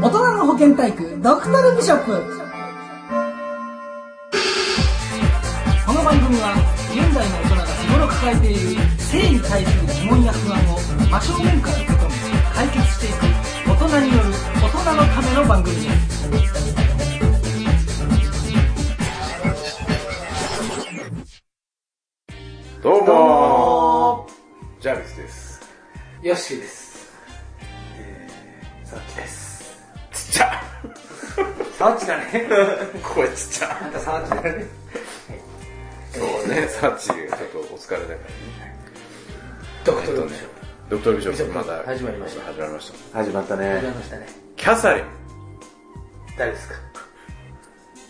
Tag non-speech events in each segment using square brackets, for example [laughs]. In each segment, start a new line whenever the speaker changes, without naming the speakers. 大人の保健体育ドクタルビショップこの番組は現代の大人が日頃抱えている性に対する疑問や不安を真正面から受け止め解決していく大人による大人のための番組です
どうもー
ど
ジャービスです。
よしです。えー、サッチです。
ちっちゃ
サッチだね。
声ちっちゃ
なんかサッチだね。
そうね、サーチ、ちょっとお疲れだからね。
ドクトルでしょ。
ドクタービショップまだ
始まりました
始まりました。
始まった
始ま
ね。
りましたね。
キャサリン、
誰ですか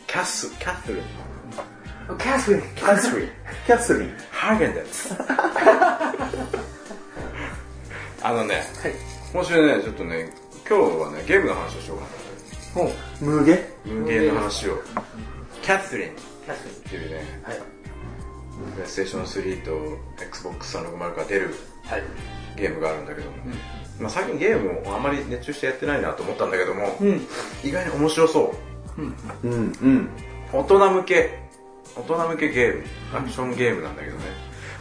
キャス、キャスリン、
キャスリン。
キャスリン、
キャスリン。
ハーゲンダッ
[laughs]
ツ。あのね、
はい。
今週ね、ちょっとね、今日はね、ゲームの話をしようかなと思って。
もう、
無限
文芸の話を。キャスリンっ
キャスリ
ていうね、
ン。はい。
プレイステーション3と Xbox360 から出る
はい。
ゲームがあるんだけども、まあ、最近ゲームをあまり熱中してやってないなと思ったんだけども、
うん。
意外に面白そう
うん、うん。
大人向け大人向けゲームアクションゲームなんだけどね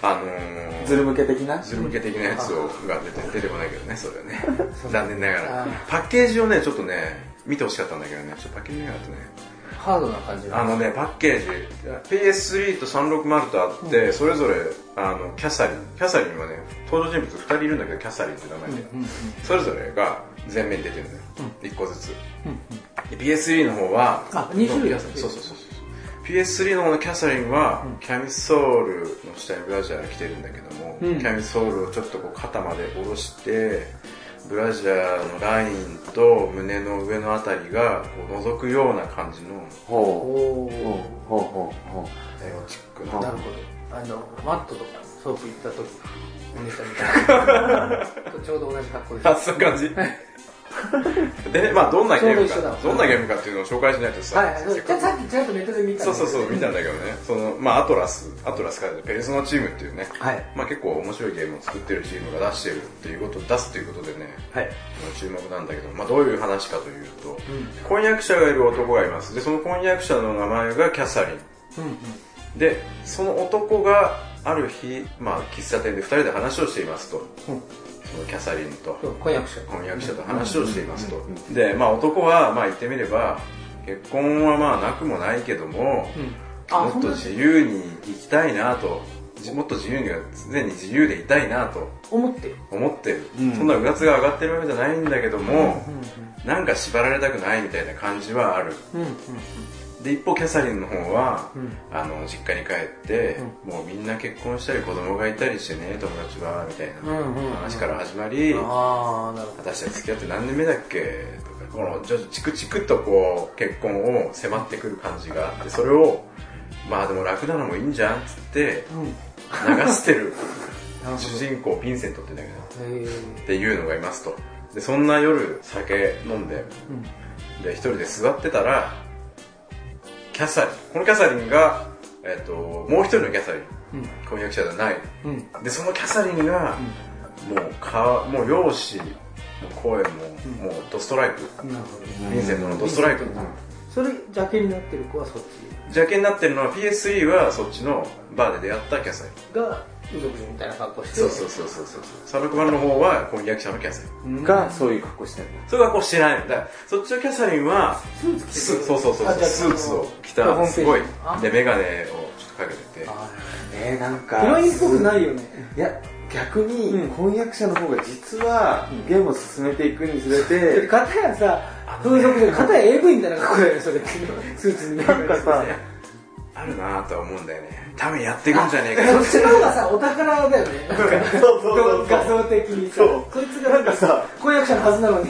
あのー、
ズル向け的な
ズル向け的なやつをが出て出てこないけどねそれはね残念なが
あ
ら
ー
パッケージをねちょっとね見てほしかったんだけどねちょっとパッケージ見なかったね
ハードな感じ
あのねパッケージ PS3 と360とあって、それぞれあのキャサリンキャサリンはね登場人物2人いるんだけどキャサリンって名前で、
うんうん。
それぞれが前面に出てるのよ、1個ずつ、
うん
で PS3 の方は
あ二種類
そうそうそうそう PS3 の方のキャサリンは、キャミソールの下にブラジャー着てるんだけども、
うん
キャミソールをちょっとこう肩まで下ろしてブラジャーのラインと胸の上のあたりがこう覗くような感じの
お
ほう。ほう
ー。
ほうほうほ
エロチック
う
な
なるほど。あの、マットとか、ソープ行った時、お姉ちゃんみたいな。とちょうど同じ格好です。
あそういう感じでねまあどんなゲーム
ちょうど一緒
か
だ
どんなゲームかっていうのを紹介しないとさ、
はいはい。じゃあさっきちゃんとネットで見た
そうそうそう、見
た。
たんだけどね。その、まあアトラス、アトラスからペルソナチームっていうね、
はい。
まあ結構面白いゲームを作ってるチームが出してるっていうこと、出すということでね、
はい。
注目なんだけど、まあどういう話かというと、婚約者がいる男がいます。で、その婚約者の名前がキャサリン。
うんうん。
で、その男がある日、まあ喫茶店で二人で話をしていますと。
うん
そのキャサリンと。
そう婚約者。
婚約者と話をしていますと。で、まあ男は、まあ言ってみれば、結婚はまあなくもないけども、
うん。
もっと自由に生きたいなと、じもっと自由に、常に自由でいたいなと
思ってる。
思ってる。
うん
そんなうがつが上がってるわけじゃないんだけども、
うん
なんか縛られたくないみたいな感じはある。
うん。うん
で、一方キャサリンの方は、
うん。
あの、実家に帰って、もうみんな結婚したり子供がいたりしてね、友達は、みたい
うんうんうん
な話から始まり、
ああ、なるほど。
私たち付き合って何年目だっけとか、この、ちょチクチクとこう、結婚を迫ってくる感じがあって、それを、まあでも楽なのもいいんじゃんっつって、
うん。
流してる
[laughs] なるほ
主人公ヴィンセントって言うんだけど
ど。へえ。
っていうのがいますとでそんな夜酒飲んで
うん。
で一人で座ってたらキャサリンこのキャサリンが、えっともう一人のキャサリン
うん。
婚約者じゃない
うん。
でそのキャサリンが、もうかもう容姿も声も、もうドストライク
なるほど。
ヴィンセントのドストライク
それ、邪気になってる子はそっ
邪気になってるのは PS3 はそっちのバーで出会ったキャサリン
ちが、う族人みたいな格好して。
そうそうそうそうそうサルクマルの方は婚約者のキャサリ
う
ン
ん。
う。が、そういう格好してるんだ。
それはこうしてないのだからそっちのキャサリンは
スーツ着てる
スそうそうそう
あじゃあ
スーツを着
ホーム
た
ページ
すごい
あ
で眼鏡をちょっとかけてて
あ
えー、なん
ー
か。
ヒロインっぽくないよね。
いや、逆
うん
に、婚約者の方が実は、ゲームを進めていくにつれて、
片やさ、風俗人、片や AV みたいな格好だよね、それ。スーツ [laughs] に。
なんかさ、
あるなぁとは思うんだよね多分やっていくんじゃねえか
[laughs] そ
よ
っちの方がさ、お宝だよね。なんか
そうそうそう
画像的にさ
そう、
こいつが
なんかさ、
婚約者のはずなのに。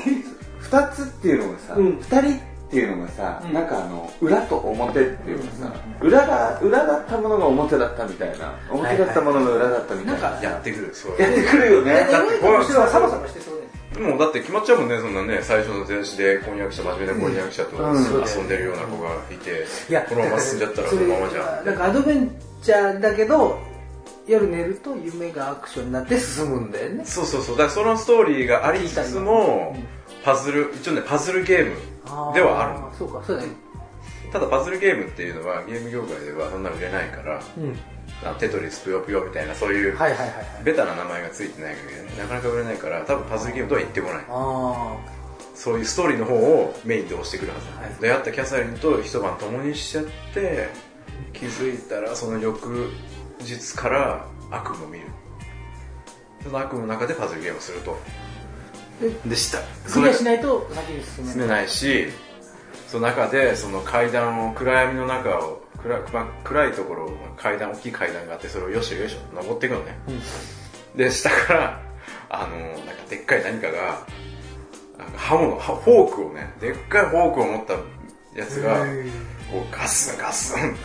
二つっていうのがさ、
うん
二人っていうのがさ、
うん
なんかあの、裏と表っていうかさ、裏が、裏だったものが表だったみたいな、表だったものが裏だったみたいな。
はいはい
やってくるそう
やっ
い
てくるよね。
だって
エロい格好してるはサバサバしてそうだよね。
うもうだって決まっちゃうもんねそんなね最初の前子で婚約者真面目な婚約者
う
と遊んでるような子がいて
いや
このまま進んじゃったらそのままじゃん
なんかアドベンチャーだけど夜寝ると夢がアクションになって進むんだよね
そうそうそうだからそのストーリーがありつつも
うん
パズル、一応ね、パズルゲーム
あー
ではあるの。
そうかそうだね
ただパズルゲームっていうのはゲーム業界ではそんな売れないから、
うん
あテトリスぷよぷよみたいなそういう
はいはいはいはい
ベタな名前がついてないけど、ね、なかなか売れないから多分パズルゲームとは言ってこない
あ
そういうストーリーの方をメインで押してくるはず、
はい
出会ったキャサリンと一晩共にしちゃって気づいたらその翌日から悪夢を見るその悪夢の中でパズルゲームをするとでした
あ
そ
クリ
れ
アしないと先に進め
進
ない
めないしその中でその階段を暗闇の中を暗暗暗いところを階段大きい階段があってそれをよしよしょ登っていくのね、で下からあのなんかでっかい何かがなんか刃物はフォークをねでっかいフォークを持ったやつが
へ
こうガスンガスン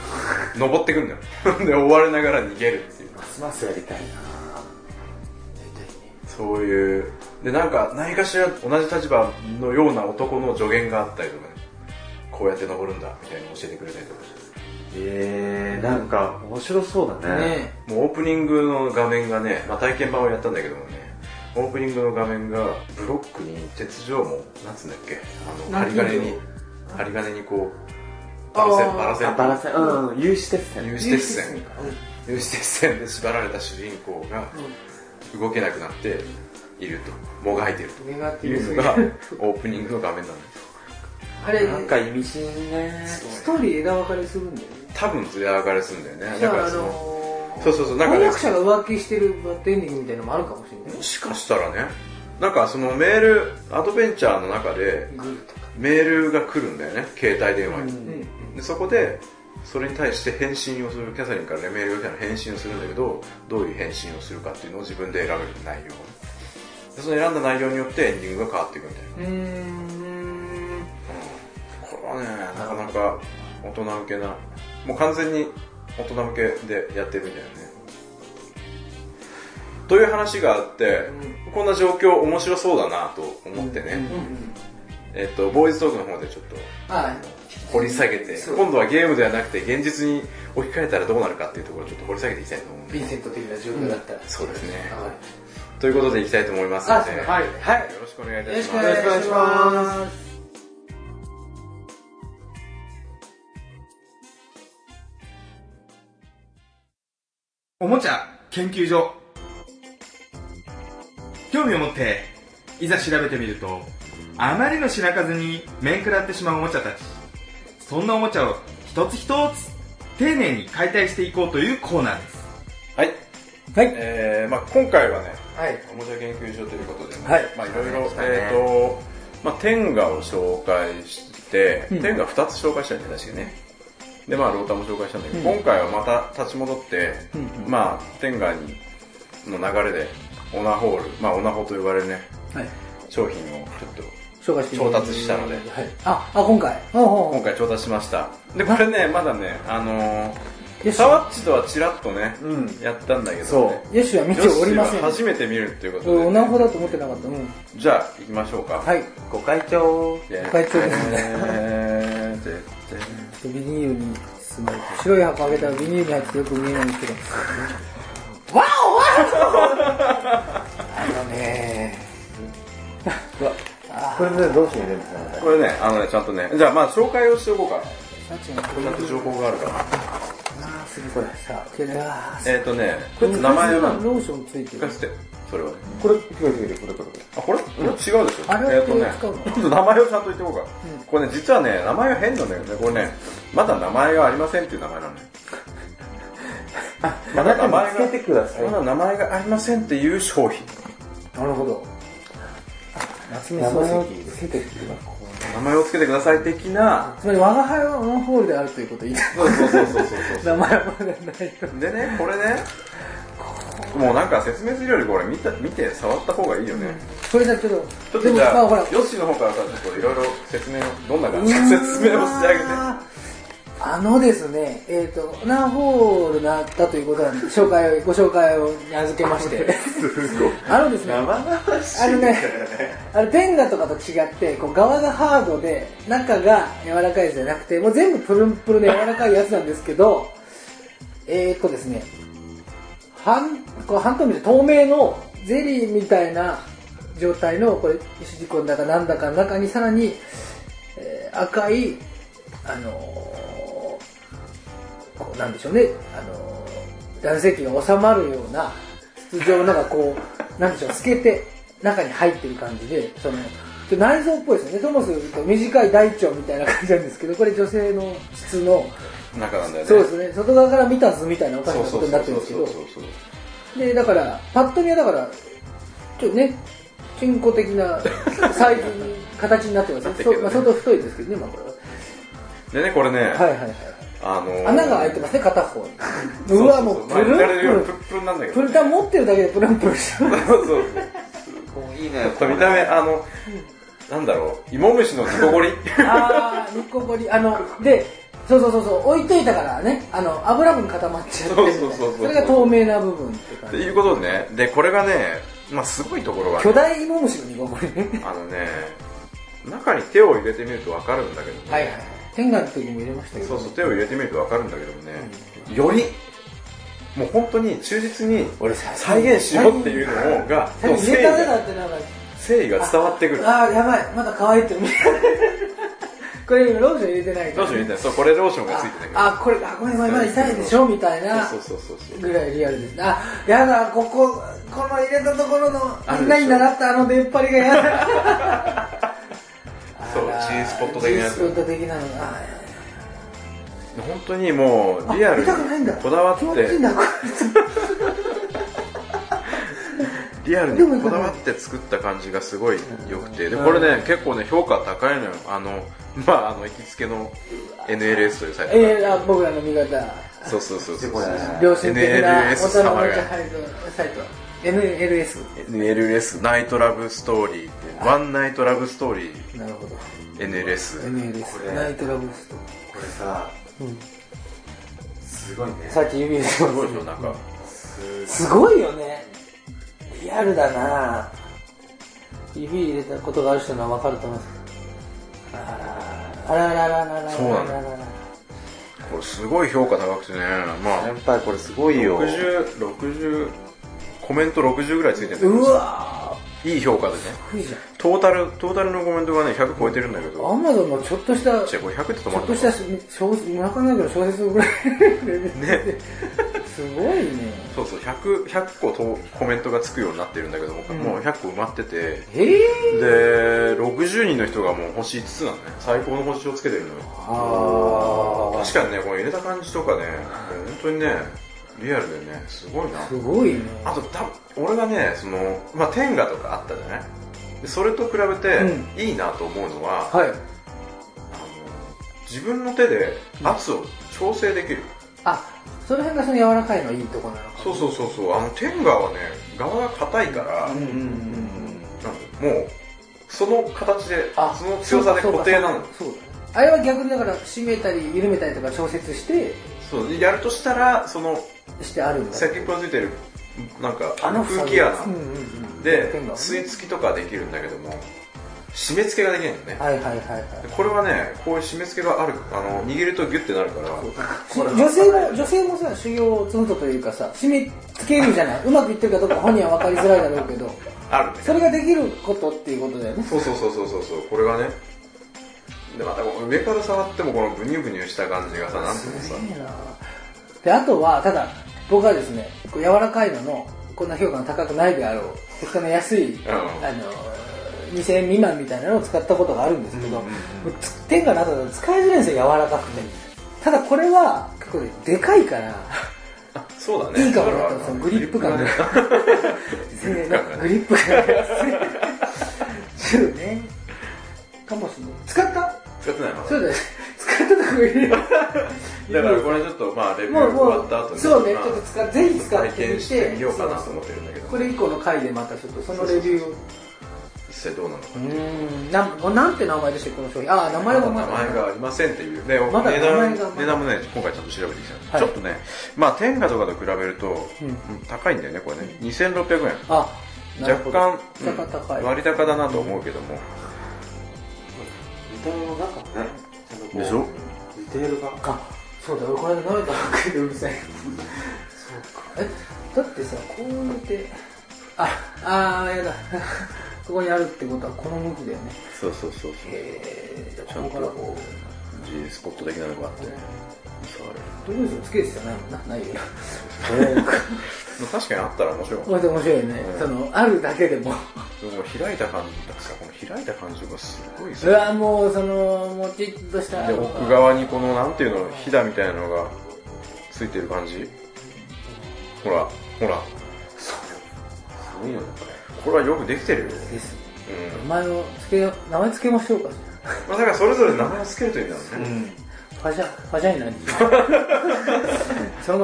登ってくんだよ [laughs] で追われながら逃げるっていう
ますますやりたいな
そういうでなんか何かしら同じ立場のような男の助言があったりとかねこうやって登るんだみたいに教えてくれたりとか
えー、なんか面白そうだね
ね
もうオープニングの画面がね、まあ、体験版をやったんだけどもねオープニングの画面がブロックに鉄条もなんつうんだっけあの
なん
針
ていうの
金に針金にこうバラ
あ
線
ー
バラ
あバラ
線
線うん有刺鉄線
有
え
刺鉄線
か
有刺鉄線で縛られた主人公が動けなくなっているともがいている
ネガテ
と
ィブ
い
す
う
ぎる
のがオープニングの画面なんです
あれ
なんか意味深ね
ストーリー枝分かれするんだよね
多分ずれ上がりするんだよね
じ
だ
ゃ
か
あ
ら
あ
その
のー
そうそうそうなんかね
翻訳者が浮気してるバッドエンディングみたいなのもあるかもしれない
もしかしたらねなんかそのメールアドベンチャーの中で
グルとか
メールが来るんだよね携帯電話に、
うん
でそこでそれに対して返信をするキャサリンからねメールが来たら返信をするんだけどどういう返信をするかっていうのを自分で選べる内容でその選んだ内容によってエンディングが変わっていくみたいな、
うーん
これはねなかなか大人向けなもう完全に大人向けでやってるみたいなねという話があって、こんな状況面白そうだなと思ってね、
うんうん
えっとボーイズトークの方でちょっと
あ
掘り下げて
そう
今度はゲームではなくて現実に置き換えたらどうなるかっていうところをちょっと掘り下げていきたいと思うん
ヴィン
で
セント的な状況だったら
そうですね
はい
ということでいきたいと思いますので、
あはい
よろしくお願いい
よ
た
ろし
し
くお
ます
願いします
よろしくお願いし
おもちゃ研究所興味を持っていざ調べてみるとあまりの品数に面食らってしまうおもちゃたちそんなおもちゃを一つ一つ丁寧に解体していこうというコーナーです
はい、
はい
えーまあ、今回はね
はい
おもちゃ研究所ということでね、
はい
まあいろいろ、
そうですね
えっ、と、まあ、天下を紹介して、
うん
天下2つ紹介したんだよね、確かね。で、まあ、ロータも紹介したんだけど、
うん
今回はまた立ち戻って、
うん
まあ、天下にの流れで、オナホール、まあ、オナホと呼ばれるね、
はい
商品をちょっと、
紹介してみて
調達したので
はいああ今回ほうほうほ
今回調達しました。で、これね、まだね、あの
うよ
ー、
し
サワッチとはちらっとね、
うん
やったんだけど、ね、
そ
よしは見
ヨ
て
ッシーは
おりません
初めて見るっていうことで、
うんおなほだと思ってなかったうん
じゃあ、行きましょうか。
はい
ご会 [laughs] 長
で
ご会長ですね
えーで
ビニールに包まれて白い箱を開けたらビニールに入っててよく見えないんですけど
[laughs]
わおわおあのね
これでどうして見れるんですか
これね、あのね、ちゃんとね、じゃあまあ紹介をしておこうか。ち
サチのこれ
ゃんと情報があるから。
ああすごいさあこれは
えっ、ー、とね、これ名前は、
ローションついて
聞か
る
せて、それはね。
これこれこれこれこれ
あ、これこれ違うでしょ。
あれは
えっ、とね
これ使うの、
ちょっと名前をちゃんと言っておこうか。これね、実はね、名前が変なんだよね。これね、まだ名前がありませんっていう名前なのよ。 [laughs] まだ名前
あなたにつけてください
まだ名前がありませんっていう商品。
なるほど夏目
名前を
漱石
つけてください
名前をつけてください的な。
つまり我が輩はオンホールであるということを言いたい
そうそうそうそうそうそ
[laughs]
う。
名前はまだないよ
でね、これね、もうなんか説明するよりこれ見た見て触った方がいいよね。
それだけど
ちょっ
で
と
も
じゃ
まあほ
あ、
ら
ヨッシーの方からさ、ちょっといろいろ説明を、どんな感じか説明をしてあげて。
あのですね、えっ、と、ナンホールなったということなんで、紹介を、ご紹介を預けま
[laughs]
して。あのですね、あのね、あの、ペンガとかと違って、こう、側がハードで、中が柔らかいやつじゃなくて、もう全部プルンプルンで柔らかいやつなんですけど、えっ、とですね、半、こう半透明で透明のゼリーみたいな状態のこれシリコンだかなんだかの中にさらに、えー赤いあのーこうなんでしょうねあのー男性器が収まるような筒状のがこうなんでしょう透けて中に入ってる感じでそのちょっと内臓っぽいですよねともすると短い大腸みたいな感じなんですけどこれ女性の筒の
中なんだよね。
そうですね外側から見た図みたいなおかしな
そう
こ
そ
と
う
に
そ
なっ
う
て
そ
るん
う
ですけど
そうそう。
でだからパッと見はだからちょっとね人工的なサイズに形になってますね
なってる
そ
けどね
うまあ、相当太いですけどね、まあ、これは
でね、これね、
はいはいはい
あのー
穴が開いてますね片方に
そうう
わ
そ
も
うそう
うプ
まあ
ルン
言われるように
プ
プ
ルン
ルプルになんだけど、
プルタン持ってるだけでプルンプルンしてる
そうそう
ういいね
そう。見た目、あの、なんだろう、芋虫のズコ [laughs] ゴリ
ああニッコゴリあのでそうそうそうそう置いといたからねあの油分固まっちゃってるみたいな
そうそうそうそう
れが透明な部分って
っ
感
て
じ
いうことでね、で、これがね、まあすごいところは、
巨
ね、
大イモムシのニッコゴリね
あのね、中に手を入れてみるとわかるんだけどね、
はいはい天下の時も入れましたけど
そうそう、手を入れてみるとわかるんだけどもね、より、もう本当に忠実に
俺
再現しようっていうのが、
多分
の
入
誠意
れた目だ
が
ってなんか
誠意が伝わってくる。
ああやばいまだ乾いてる [laughs] これ今ローション入れてない
ローション入れてないそう、これローションがついてないから。
ああこれあごめんごめんまだ痛いでしょみたいな
そうそうそうそう。
ぐらいリアルですねあやだこここの入れたところのみんなに習ったあの出っ張りがやだ
そう
あら
G スポット的なやつ
G スポット的なのがあ
本当にも
あ
うリアルに
痛くないんだ
こだわっ
気持ちいい
て
んだこ
[laughs] リアルにこだわって作った感じがすごい良くてでこれね結構ね評価高いのよあの [laughs] まああの行きつけの NLS というサイト
れええ
があ
あ
って
僕らの味方
そうそうそうそう
これ
良心的な大
NLS
人のお
様
も
が
ちゃ配布サイト NLS
NLS ナイトラブストーリーっていうワンナイトラブストーリー
なるほど
NLS
NLS ナイトラブスト
これさ、すごいね
さっき指です
すごいでしょなんか
すごいよねリアルだな指入れたことがある人なら分かると思いますあららららららららら
そうなのこれすごい評価高くてねまあ
先輩これすごいよ
6060コメント60ぐらいついてるん
う
だ
わ
けどいい評価でね
ーいいじ
トータル、トータルのコメントがね、100超えてるんだけ
ゃんア
ど、
マゾンのちょっとした
じ
ち
ゃあ500って止
ょ
ま
っ
る
と
の
し
か
た
な
小説村上の小説ぐ
[laughs]
らいレベルで、すごいね
そうそう、100、100個とコメントがつくようになってるんだけども、もう100個埋まってて、
ええ
で、60人の人がもう星5つなのね。最高の星をつけてるのよ。
あ
確かにね、この入れた感じとかね、もう本当にね、リアルでね、すごいな
あ。すごいね
あと、多分俺がね、その、まあ、天下とかあったじゃないでそれと比べ
う
て、いいなと思うのは、
はい
あの自分の手で圧を調整できる。
あその辺がその柔らかいのはいいとこなのか
そうそうそうそうあの天下はね側が硬いから、
うんうんうん
なんかもうその形で
あ
その強さで固定なの
そうだねあれは逆にだから締めたり緩めたりとか調節して
そうでやるとしたらその
してあるんだ
先っぽについてるなんか
あの
空気穴
うんうんうん
で
天が
吸い付きとかできるんだけども締め付けができないのね
はいはいはいはい
でこれはねこういう締め付けがあるあの握るとギュッてなるから
女性も女性もさ修行を積むとというかさ締めつけるじゃ
[laughs]
ないうまくいってるかどうか本人は分かりづらいだろうけど
あるね
それができることっていうことだよね
そうそうそうそうそうそうこれがねでまたこう上から触ってもこのブニュブニュした感じがさなんていうのさ
いいなであとはただ僕はですねこう柔らかいののこんな評価の高くないであろう適当な安い、
ん
あの2000円未満みたいなのを使ったことがあるんですけど、もうつ天下の後だと使いづらいんですよ柔らかくてただこれは結構ねでかいから
そうだね
いいかもなと思ってそのグリップ感がせーのグリップ感がちょっとねかもしれない使った
[laughs] 使ってないの
そうだね使ったとこがいるよ
だからこれちょっとまあレビュ
もう
ー
も
終わった後
う
に
そうねち
ま
ょ
あ
っと使っぜひ使っ
体
てみ
験
て
してみようかなと思っ
そう
てるんだけど
これ以降の回でまたちょっとそのレビューを
実際どうなのか
うーんなんもうなんて名前でしたっけこの商品ああ名前は
まだ名前がありませんっていうね、
まだ
値
名前が
段値段もね今回ちゃんと調べてきたんで、
はい
ちょっとねまあ天下とかと比べると、
うん
うん高いんだよねこれね2600円
あなる
若
ほど
干、
若干高い、
うん割高だなと思うけども、
見た目もなんかねちゃんとこう
でしょ
ディテールが
あそうだ俺これ間舐めたばっかりでうるさいそうかえだってさこうやってああーやだ [laughs] そこにあるってことはこの向きだよね
そうそうそうそう
へえじゃあ
ちゃ
こ
ん
ことからこ
こ
う
う G スポット的なのがあってそうあ
ど
れ
こですよつける必要ないもんなないよ [laughs]
まあ確かにあったら面白い
これで面白いよね、そのあるだけでも
でも開いた感じだからさこの開いた感じがすごいさ
うわもうそのもちっとした
で奥側にこのなんていうのひだみたいなのがついてる感じほらほら
すごいよねこ
これはよくできてるよ、うん
です名前をつけよう名前つけましょうか
まあ、だからそれぞれ名前をつけるといいんだろうね
ファジャファジャに
[laughs]
なるその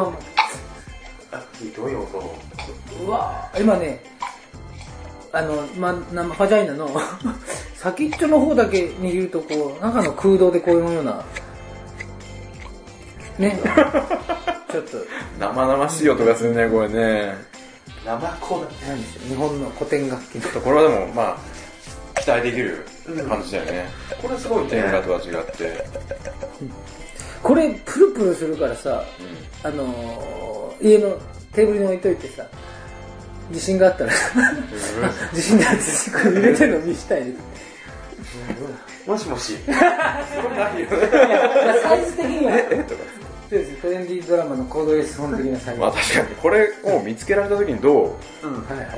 まんま
ひどい音
うわ今ねあの、ま、なファジャイナの [laughs] 先っちょの方だけにいるとこう中の空洞でこういうようなねちょっと
生々しい音がするねこれね
れ生子だ
なんでしょう日本の古典楽器の
これはでもまあ期待できる感じだよね、これすごい天下とは違って
これプルプルするからさ、あのー家のテーブルに置いといてさ地震があったら [laughs] 地震だって揺れてるの見したいです
もしもし
サイズ的にはそうですトレンディードラマのコードレス本的なサイズ、
まあ確かにこれを見つけられた時にどう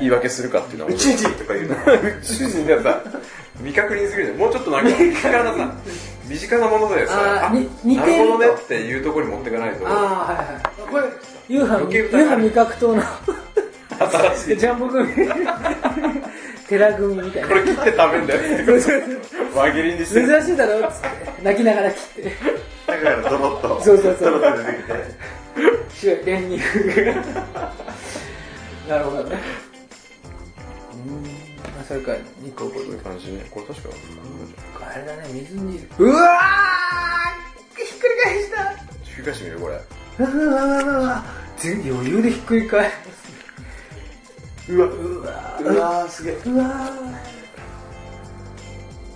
言い訳するかっていうのは
宇宙人とか言うの
[laughs] 宇宙人がさ未確認すぎるじゃんもうちょっと
[laughs]
なんか身近なさ身近なものでさ
あーに似
な
てる
るほどねっていうところに持っていかないと
ああはいはいこれ夕飯
余計疑
夕
われる
飯味覚糖の
新しい
[laughs] ジャンボ組寺組みたいな
これ切って食べんだよ輪切りに
[laughs]
して
珍しいだろっつって泣きながら切って
だからドロッと
そうそうそう
ドロッと出てきて
白い練乳なるほどねうーんあそれから2個
こういう感じねこれ確か
あれだね水にうわーひっくり返した
ひっくり返してみるこれ
うわうわうわうわうわ全余裕でひっくり返すうわうわ
うわーすげえ
うわー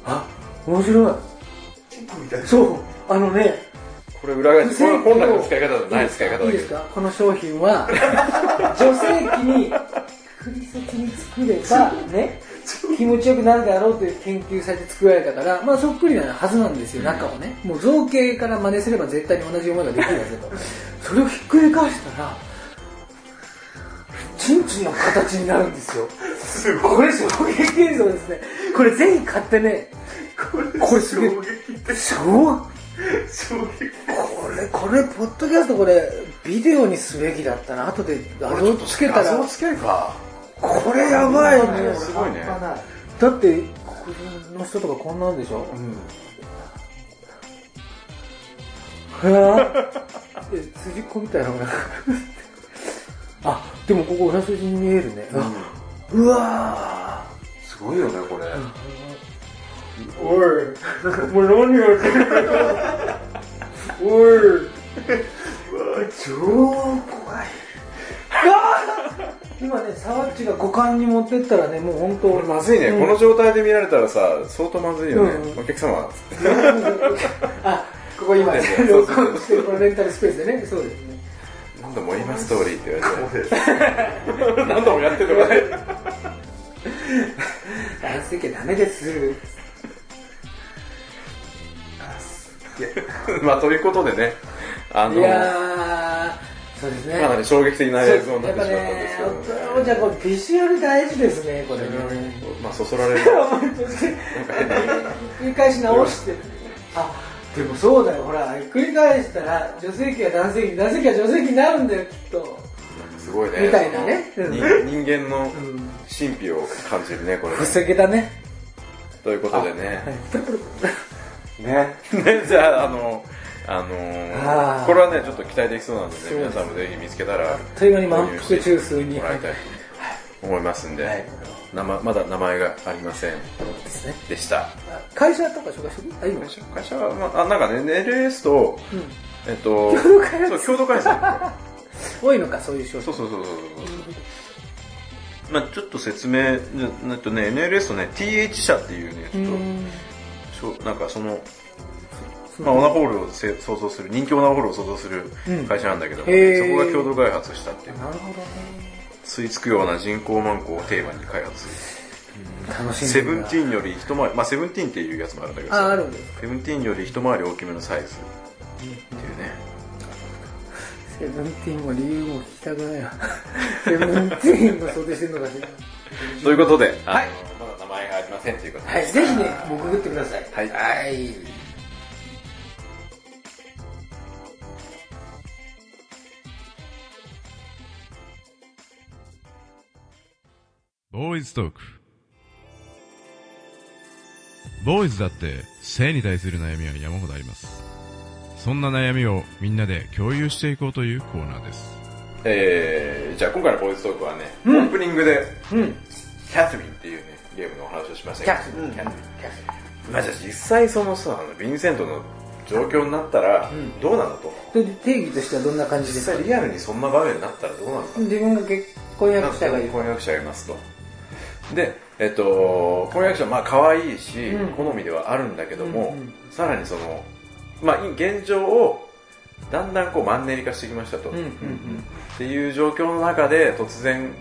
あ面白い
チンコみたいな
そうあのね
これ裏返してこれ本来の使い方じゃない使い方
い
だ
い
け
です
ど
かこの商品は
[laughs]
女性器に確実に作ればね気持ちよくなるだろうという研究されて作られたからまあそっくりなはずなんですよ中をねもう造形から真似すれば絶対に同じ思いができるはずだとそれをひっくり返したらチンチンの形になるんですよこれ衝撃映像ですねこれぜひ買ってねこれすげえ衝撃これ、これ、ポッドキャストこれ、ビデオにすべきだったな。後で画像つけたら、
つけるか
これやばいよね。
すごいね
だって、黒人の人とかこんなんでしょへぇ辻っ子みたいなのがあ、でもここ裏筋に見えるね。うわ
すごいよねこれ
ぁおい、もう何やってるおい。超怖い。今ね、サワッチが股間に持ってったらね、もう本当
これまずいね、
うん
この状態で見られたらさ相当まずいよね、
うん
お客様つって
あ、ここ今ね、録音してるこのレンタルスペースでね、そうですね。
何度も言います通りって言われて何度もやってるとかね
[laughs] 男性系ダメです。
まあということでねあ
い
の
やー、そうですね。
かなり衝撃的な映像にな
や
っ
ってぱ
しまったんで
ね
すけど、ね、
おじゃあこれビジュアル大事ですね、これね。
まあそそられるな
繰り返し直してあでもそうだよほら繰り返したら女性器が男性器男性器が女性器になるんだよきっと
すごいね
みたいなね
そのに人間の神秘を感じるねこれね
防げだね
ということでね [laughs]
ね
ねじゃああのあのー
あー
これはねちょっと期待できそうなんでね
うで
皆
す
さんもぜひ見つけたらあっ
という間に満腹中枢に
もらいたいと思いますんで、名前まだ名前がありません
ですね
でした
会社とか紹介するあいいの
会社会社は、まあ、あなんかね NLS と、えっと
共同開発
そう共同開 [laughs] 発
多いのかそういう商
そ
品
うそうそうそうそう。まあちょっと説明、えっとね、NLS とね、TH 社っていうね、ちょっと、しょなんかその、まあ、オナホールをせ創造する、人気オナホールを創造する会社なんだけど、
へー
そこが共同開発したっていう、
なるほどね
吸い付くような人工マンコをテーマに開発
楽しんで
セ
る
ブ
な
ンティーンより一回りまあセブンティーンっていうやつもあるんだけど
ああ
さ
るんです
セブンティーンより一回り大きめのサイズっていうね
セブンティーンも理由も聞きたくないわ [laughs] セブンティーンも想定してるのかしら
ということで、はい、まだ名前がありませんということで、
はいぜひねもうググってください
はい
はい
ボーイズトーク。ボーイズだって性に対する悩みは山ほどあります。そんな悩みをみんなで共有していこうというコーナーです。
えー、じゃあ今回のボーイズトークはね、オープニングで、キャスミンっていうね、ゲームのお話をしましたけど、
キャスミン
キャスミンまあじゃあ実際そのさ、あのヴィンセントの状況になったら、どうなのと。
それで定義としてはどんな感じで
実
すか
際リアルにそんな場面になったらどうなのか。
自分が結婚約者がいる
婚約者がいますと。で、えっと、婚約者はまあ可愛いし、
うん
好みではあるんだけども、
うんうん
さらにその、まあい現状を、だんだんこうマンネリ化してきましたと。
うんうん
っていう状況の中で突然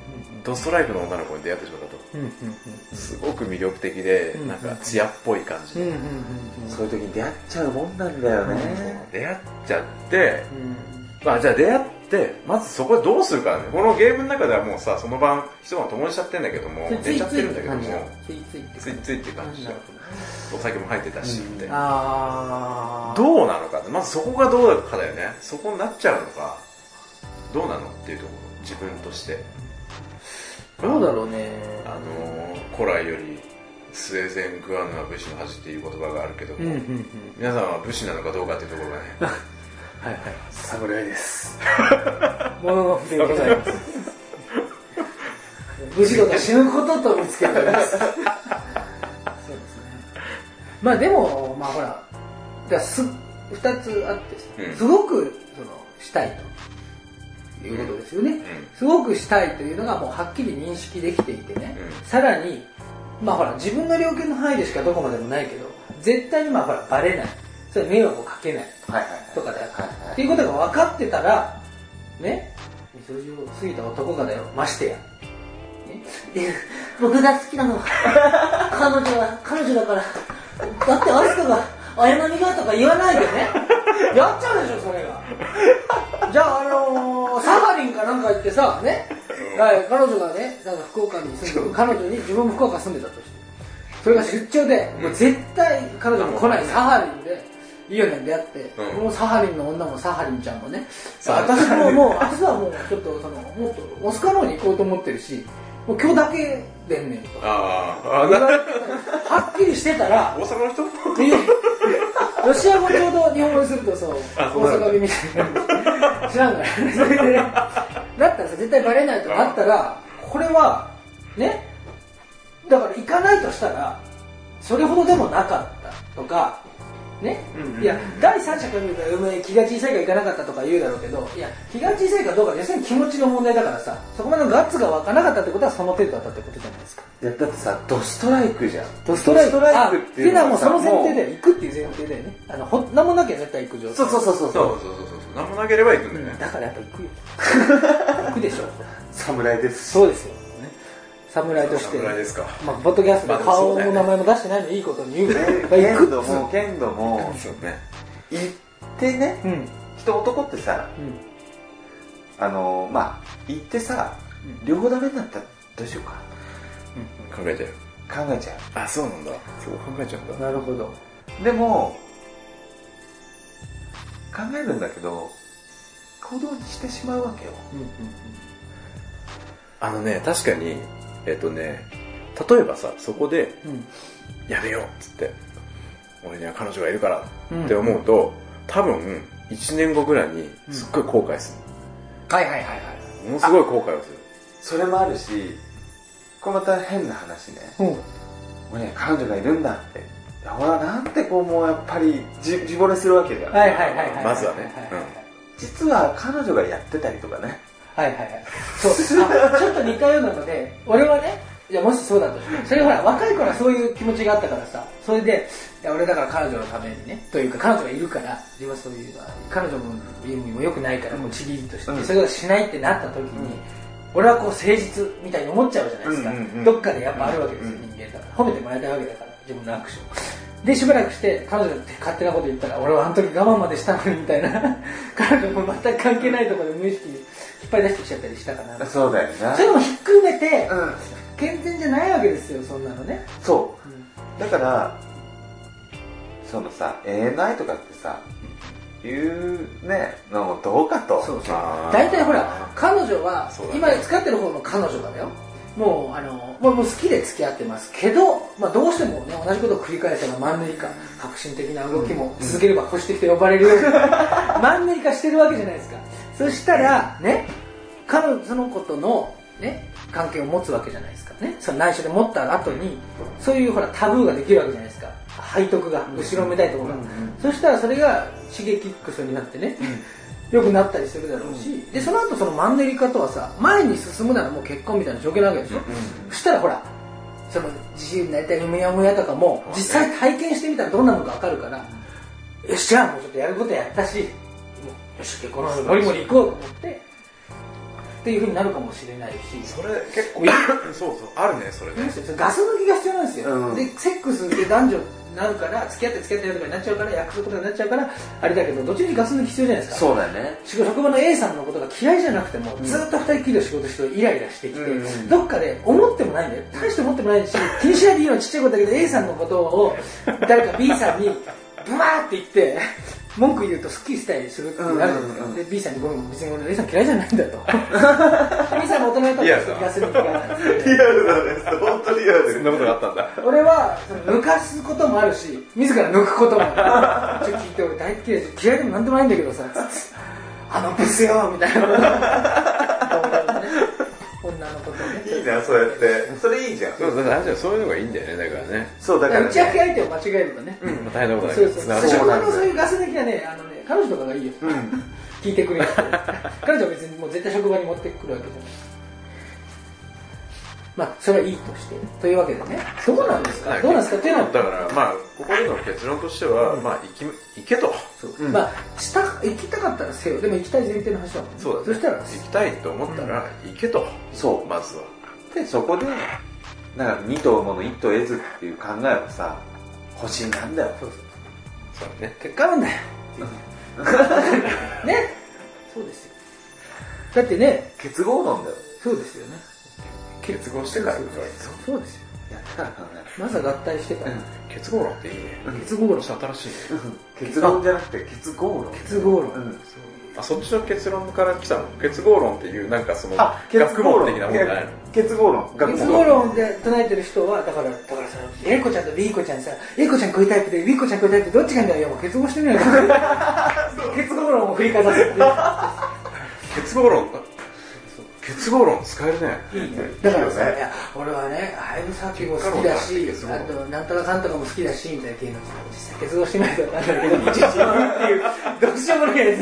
ドストライクの女の子に出会ってしまったと
うんうん
すごく魅力的で
うん
なんか艶っぽい感じ
うんうんうん
で、
うん
そういう時に出会っちゃうもんなんだよね。
出会っちゃって
うんうん
まあじゃあ出会ってまずそこはどうするかねこのゲームの中ではもうさその晩一晩共にしちゃってんだけども
それつ
寝
い
ちゃっ
つ
て
い
る
っ
ん
て
だけど
感じなの
も
ついついって
つ
感
い
じ
ついって感じだお酒も入ってたしみたいな
ああ
どうなのかまずそこがどうかだよねそこになっちゃうのかどうなのっていうところ自分として
どうだろうね
あのー古来よりスウェーデングアムは武士の恥っていう言葉があるけども、
うんうんうん
皆さんは武士なのかどうかっていうところがね
[laughs] 侍です。もののふでございます。 [laughs] 武士道が死ぬことと見つけております。そうですね。まあでも、まあほら、だからす二つあってさ、
うん
すごくそのしたいということですよね、すごくしたいというのがもうはっきり認識できていてね、
う
さらに、まあほら、自分の猟犬の範囲でしかどこまでもないけど、絶対にまあほら、バレない。それ迷惑をかけない。
はいはい
とかだよ、
はい
っていうことが分かってたらね水を過ぎた男がだよましてや、ね、
僕が好きなのは
[laughs]
彼女は彼女だからだってアリスカが謝りがとか言わないでね
やっちゃうでしょそれが [laughs] じゃああのーサハリンかなんか行ってさね、はい、彼女がねなんか福岡に住んでる彼女に自分も福岡住んでたとしてそれが出張で、もう絶対彼女も来ないサハリンでいいよね出会って、
うん
もうサハリンの女もサハリンちゃんもね
サハリン
私ももう明日はもうちょっとそのもっとオスカーの方に行こうと思ってるしもう今日だけでんねんと
ああ
言われてたはっきりしてたら
大阪の人
いや [laughs] ロシア語ちょうど日本語にするとそう大
あそうなんだ
阪弁みたいな知らんからそれでねだったらさ絶対バレないとなったらこれはねだから行かないとしたらそれほどでもなかったとかね、いや第三者から見るとお前気が小さいから行かなかったとか言うだろうけどいや気が小さいかどうか要するに気持ちの問題だからさそこまでのガッツが湧かなかったってことはその程度だったってことじゃないですか
いや、だってさ、ドストライクじゃん。
ドストライク
ドストライクっていうの
あ
は
て
さ
のはもうその前提だよ行くっていう前提だよねあのほん何もなきゃ絶対行く状態
そうそうそうそ
そ
う。
う
そ
そうそ
う
うそうそう何もなければ行くんだよね、
だからやっぱ行くよ行くでしょ
侍です。
そうですよ、ね、侍として
侍ですか
まあ、ポッドキャスト
まあ
で
でもそ
顔
うだ
の
よね
名前も出してないのいいことに言うけどやっぱ行
剣
く
道
っつう
も、剣道も、
そうね
行ってね、
うん
人男ってさ、
うん
あのー、まあ、行ってさ、両方ダメになったらどうしようか。
考えちゃう
考えちゃ
あそうなんだそう考えちゃうんだ
なるほど
う。でも、考えるんだけど、行動にしてしまうわけよ。
あのね確かにえっとね例えばさそこで、
うん
やめようっつって俺には彼女がいるからって思うと、多分1年後ぐらいにすっごい後悔す
はいはいはいはい
る、ものすごい後悔をする
それもあるし、これまた変な話ね。
うん
俺には彼女がいるんだって。いやほら、なんてこう、もうやっぱり、じ自惚れするわけじゃん。
はいはいはいはい
まずはね
はい
実は彼女がやってたりとかね。
はいはいはいそうあちょっと似たようなので俺はねいやもしそうだとしてそれほら若い頃はそういう気持ちがあったからさそれでいや俺だから彼女のためにねというか彼女がいるから自分はそういうのは彼女も家にも良くないからもうちぎりとして、
う
そうい
ん
うことはしないってなった時に、俺はこう誠実みたいに思っちゃうじゃないですか、
うんうんうん
どっかでやっぱあるわけですよ、人間だから褒めてもらいたいわけだから自分のアクションでしばらくして彼女が勝手なこと言ったら俺はあの時我慢までしたのにみたいな [laughs] 彼女も全く関係ないところで無意識に引っ張り出してきちゃったりしたかなそ
そうだよな
れもひっくるめて、
うん
健全じゃないわけですよそんなのね
そう、
うん
だからそのさええないとかってさいうねのもどうかと
そうそう
あー
大体ほら彼女は、
そうだね
今使ってる方の彼女がだよもうあのもうもう好きで付き合ってますけど、まあ、どうしてもね同じことを繰り返せばマンネリ化革新的な動きも続ければ保守的と呼ばれ
[laughs]
るようにマンネリ化してるわけじゃないですかそしたらね彼女その子とのね関係を持つわけじゃないですかねその内緒で持った後にそういうほらタブーができるわけじゃないですか背徳が後ろめたいところが、そしたらそれが刺激ックスになってね、良くなったりするだろうし、でその後そのマンネリ化とはさ前に進むならもう結婚みたいな条件なわけでしょ、そしたらほらその自由になりたいむやむやとかも実際体験してみたらどうなのか分かるから、よっしゃもうちょっとやることやったしもうよし結婚のノリモリ行こうと思ってっていうふうになるかもしれないし
それ結 [laughs] 構そうそうあるねそれね
ガス抜きが必要なんですよ、
うん
でセックスで男女になるから付き合って付き合ってやるとかになっちゃうから約束とかになっちゃうからあれだけどどっちにガス抜き必要じゃないですか
そうだよね
仕事職場の A さんのことが嫌いじゃなくても、ずっと二人きりの仕事してるとイライラしてきて、どっかで思ってもないんだよ大して思っても [laughs] ないし気にしないでいいのはちっちゃいことだけど A さんのことを誰か B さんにブワーって言って文句言うとスッキリしたりするってなるんですよ、で B さんにごめん別に俺 A さん嫌いじゃないんだと [laughs] B さんも大人だったら気がする気がする
リアルだね本当リアル
そんなことがあったんだ
俺はその抜かすこともあるし自ら抜くこともあるちょっと聞いて俺大嫌いで嫌いでもなんでもないんだけどさあのブスよみたいな女の子とね
いいなそうやってそれいいじゃん
そうだからそういうのがいいんだよねだからね
そうだ
だ
か、
からら打ち明け
ね、
相手を間違えるとね、
まあ大変なことだ
そう
け
そうそう
どなる
職
ほ
場のそういうガス的なねあのね彼女とかがいいよ、聞いてくれる [laughs] 人彼女は別にもう絶対職場に持ってくるわけじゃないまあそれはいいとしてというわけでねどうなんですかどうなんですかっていうのは
だからまあここでの結論としては、まあ行き行けと
まあした行きたかったらせよでも行きたい前提の話だもんね
そうだね
そしたら
行きたいと思ったら行けと、
そう
まずは
でそこでだから二頭もの一頭得ずっていう考えはさ欲しいなんだよ
そうだね
結果なんだよ [laughs] ねそうですよだってね
結合論だよ
そうですよね
結合してから
そうそうですよ
やったら考え
まずは合体してから、
結合論っていいね
結合論
新しいね
結論じゃなくて結合論
結合論、
うん
あそっちの結論から来たの結合論っていうなんかその
あ結
学
合
問
論
的なもんじゃないの
結合論学
結合論で唱えてる人はだからだからさ A 子ちゃんと B 子ちゃんさ A 子ちゃんこういうタイプで B 子ちゃんこういうタイプでどっちがいいんだよいやもう結合してみ [laughs] ようよ結合論を繰り返させて
結合論結合論使えるね
だからさ、いや俺はね、ハイブサーキも好きだし、あと、なんとかかんとかも好きだし、みたいな芸能人、実際結合してないとわかんないけど、いちいち言う [laughs] っていう、どうしようもないやつ。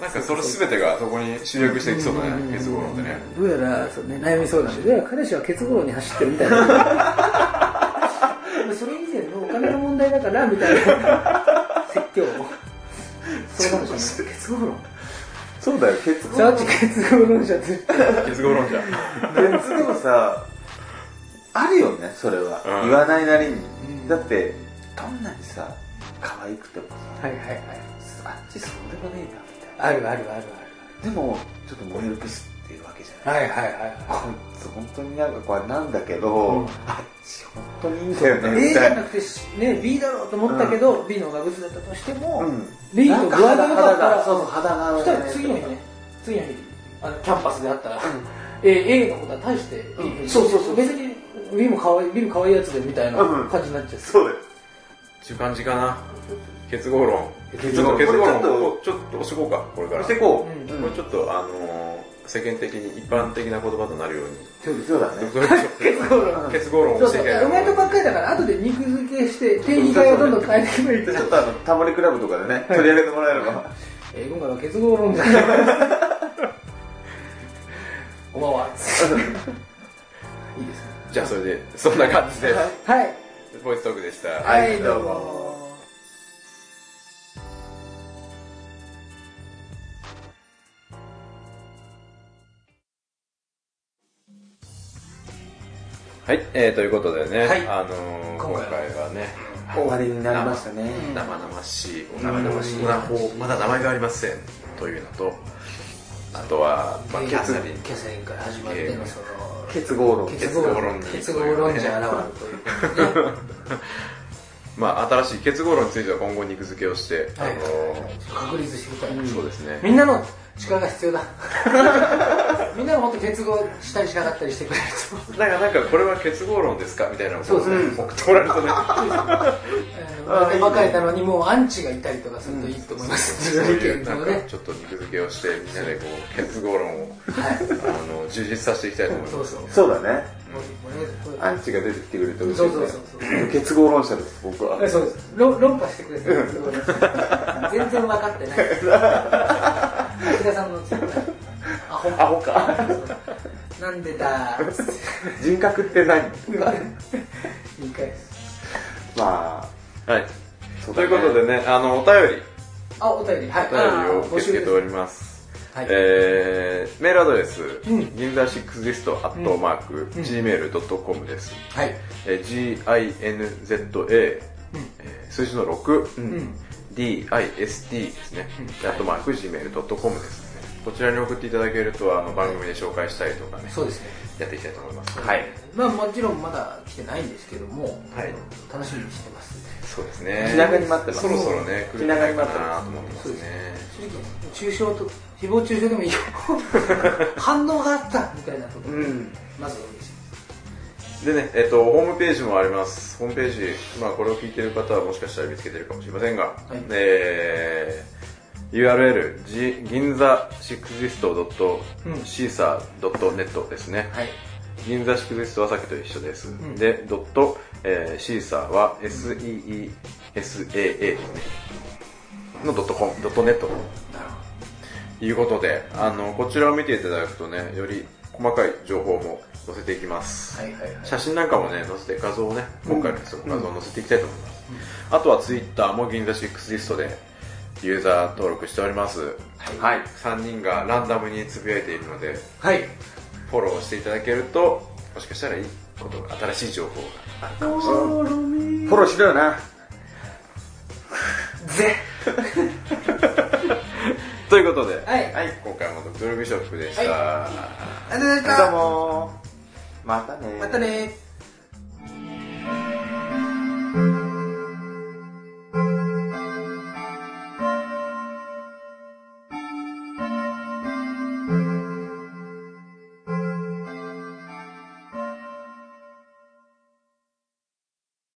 なんかそれ全てがそこに集約していきそうだね結合論ってね
どうやら、そうね、悩み相談で、どうやら彼氏は結合論に走ってるみたいな。それ以前のお金の問題だから、みたいな説教を。そうかもしれない。結合論
そうだよ結合
サー
論
チ結合論者として。
結合論じゃん
別でもさあるよねそれは、
うん
言わないなりに、だってどんなにさ可愛くてもさ
はいはいはい。
あっちそうでもねえなみたいな
あるあるある
でもちょっと燃えるブスっていうわけじゃない
ある。はいはいはい。
こいつ本当になんかこれなんだけど、あっち本当にいいんだよね
A
み
じ
た
ゃ
い
な
な。
くて、ね、B だろうと思ったけど、B の方がブスだったとしても、
うん
B と
なん
具
か
合が良
肌
か
肌
ったら
が、そうそう、肌が
そ
ね。
したら次の日ね次の日あのキャンパスであったら、えー A のことは大していいふに、
そうそうそう
別に B も可愛い B も可愛いやつでみたいな
うん
感じになっちゃう、
そうだよ。
っていう感じかな結合論
結合論
結合論
これちょっ
ちょっと押していこうかこれから
してこう。
うん
これちょっとあのー世間的に一般的な言葉となるよ
[laughs]
うに
そうだね。
結合論結合論を
そう
し
そ
ていうきたい
ロメントばっかりだから後で肉付けして定義会をどんどん変えてくれ
ち
る
ょっとあの、タモリクラブとかでね、取り上げてもらえれば。
えー今回は結合論だ
[laughs]
こんばん
[laughs]
はいいですね
じゃあそれでそんな感じで
はい
ボイストークでした
はいどうも
はい、えー、ということでね、
はい
あのー今
今
回はね、
終わりになりましたね。
生々しい、生々しい、オナホまだ名前がありませんというのと、あとは、まあ、
キ
キャ
ャ
ス
サリンキャサリンから始まっ
え
て
ー
のその
結合論。
結
合論
結合論者が現れるという
まあ、新しい結合論については今後肉付けをして、
はい
あの
確立していきたい、
ーそうですね、
みんなの力が必要だみんなももっと結合したりしなかったりしてくれると
なんか、なんかこれは結合論ですかみたいなことを
そう
[laughs] ね、送ってもらえるとね、
あの別れたのにもうアンチがいたりとかするといいと思います、 [laughs]
そう
自分の
い
意
う
見
な
も
ん
ね
かちょっと肉付けをして、みんなでこう結合論を、あの充実させていきたいと思い
そ
ま
う
す
そう。
そうだね。
もうねこれ
アンチが出てきてくれて嬉しい
そ
ね
うそうそうそう
結合論者です、僕は。
そうです論論破してくれてる全然分かってない芦田さんのツイッターアホ
アホか。
[laughs] なんでだーっつって
人格って何
言い返す
まあ、
はい、
そう
と
だ
い
ね
うことでね、あのお便り、
あお便りはい
お便りを受け付けてお
り
ります。
はい
えーメールアドレス、
ん
銀座シックスリストアットマーク、gmail.com です。
はい
えー ginza、えー数字の6、dist ですね、アットマーク gmail.com ですね。こちらに送っていただけると、あの番組で紹介したりとかね、
そうですね
やっていきたいと思います。はい。
まあもちろんまだ来てないんですけども
はい
楽しみにしてますんで
そうですね。
気長に待ってます
そろそろね、来るんじゃないかなと思ってま
気長に待って
すね。
正直中傷と誹謗中傷でもいい [laughs] よ反応があったみたいなこと
うん。
まずは嬉しいです
でね、えっと、ホームページもあります。ホームページ、まあ、これを聞いてる方はもしかしたら見つけてるかもしれませんが、
い
えー、URL、じ銀座シックスリスト
うん
.caesar.net ですね。
はい
銀座シックスリストはさっきと一緒です。
ん
で、ドット、えー、シーサーは SEESAA ですね。のドットコム、ドットネット
なるほ
ということで、あの、こちらを見ていただくとね、より細かい情報も載せていきます。
どはいはいはい
写真なんかもね載せて画像をね今回のその画像を載せていきたいと思います、あとはツイッターも銀座シックスリストでユーザー登録しておりますはい、3人がランダムにつぶやいているので
はい
フォローしていただけるともしかしたらいいことが新しい情報があるかもしれない
フォローしろよな。
ぜ
ということで、
はい
今回もドクトルビショップでした、
ありがとうございまし
どう
た
もまたね
またねー